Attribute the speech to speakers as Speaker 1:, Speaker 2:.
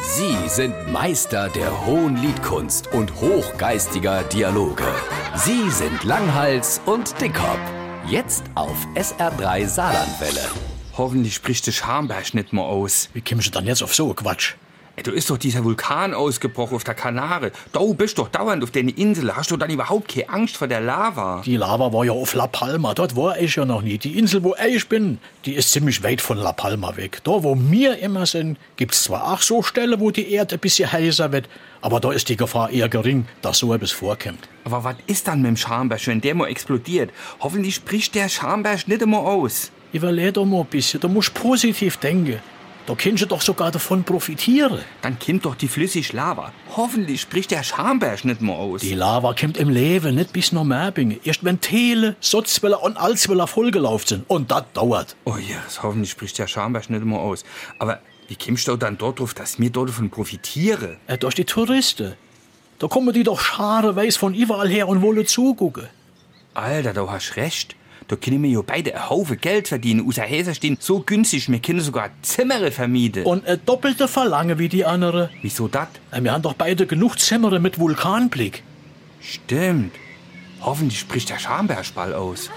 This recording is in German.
Speaker 1: Sie sind Meister der hohen Liedkunst und hochgeistiger Dialoge. Sie sind Langhals und Dickhop. Jetzt auf SR3 Saarlandwelle.
Speaker 2: Hoffentlich spricht der Schamberg nicht mehr aus.
Speaker 3: Wie kommst du dann jetzt auf so einen Quatsch?
Speaker 2: Ey, Da ist doch dieser Vulkan ausgebrochen auf der Kanare. Da bist doch dauernd auf deine Insel. Hast du dann überhaupt keine Angst vor der Lava?
Speaker 3: Die Lava war ja auf La Palma, dort war ich ja noch nie. Die Insel, wo ich bin, die ist ziemlich weit von La Palma weg. Da, wo wir immer sind, gibt's zwar auch so Stellen, wo die Erde ein bisschen heißer wird, aber da ist die Gefahr eher gering, dass so etwas vorkommt.
Speaker 2: Aber was ist dann mit dem Schamberg, wenn der mal explodiert? Hoffentlich spricht der Schamberg nicht mehr aus.
Speaker 3: Überleg doch mal ein bisschen, du musst positiv denken. Da kannst du doch sogar davon profitieren.
Speaker 2: Dann kommt doch die flüssige Lava. Hoffentlich spricht der Schamberg nicht mehr aus.
Speaker 3: Die Lava kommt im Leben nicht bis nach Merbingen. Erst wenn Tele, Sotzwelle und Alzwelle vollgelaufen sind. Und das dauert.
Speaker 2: Oh ja, das hoffentlich spricht der Schamberg nicht mehr aus. Aber wie kommst du dann dort drauf, dass mir dort davon profitiere?
Speaker 3: Äh, durch die Touristen. Da kommen die doch scharenweise von überall her und wollen zugucken.
Speaker 2: Alter, du hast recht. Da können wir ja beide einen Haufen Geld verdienen. Unser Häuser stehen so günstig, wir können sogar Zimmere vermieten.
Speaker 3: Und äh, doppelte Verlangen wie die andere.
Speaker 2: Wieso das?
Speaker 3: Äh, wir haben doch beide genug Zimmer mit Vulkanblick.
Speaker 2: Stimmt. Hoffentlich spricht der Schamberg bald aus.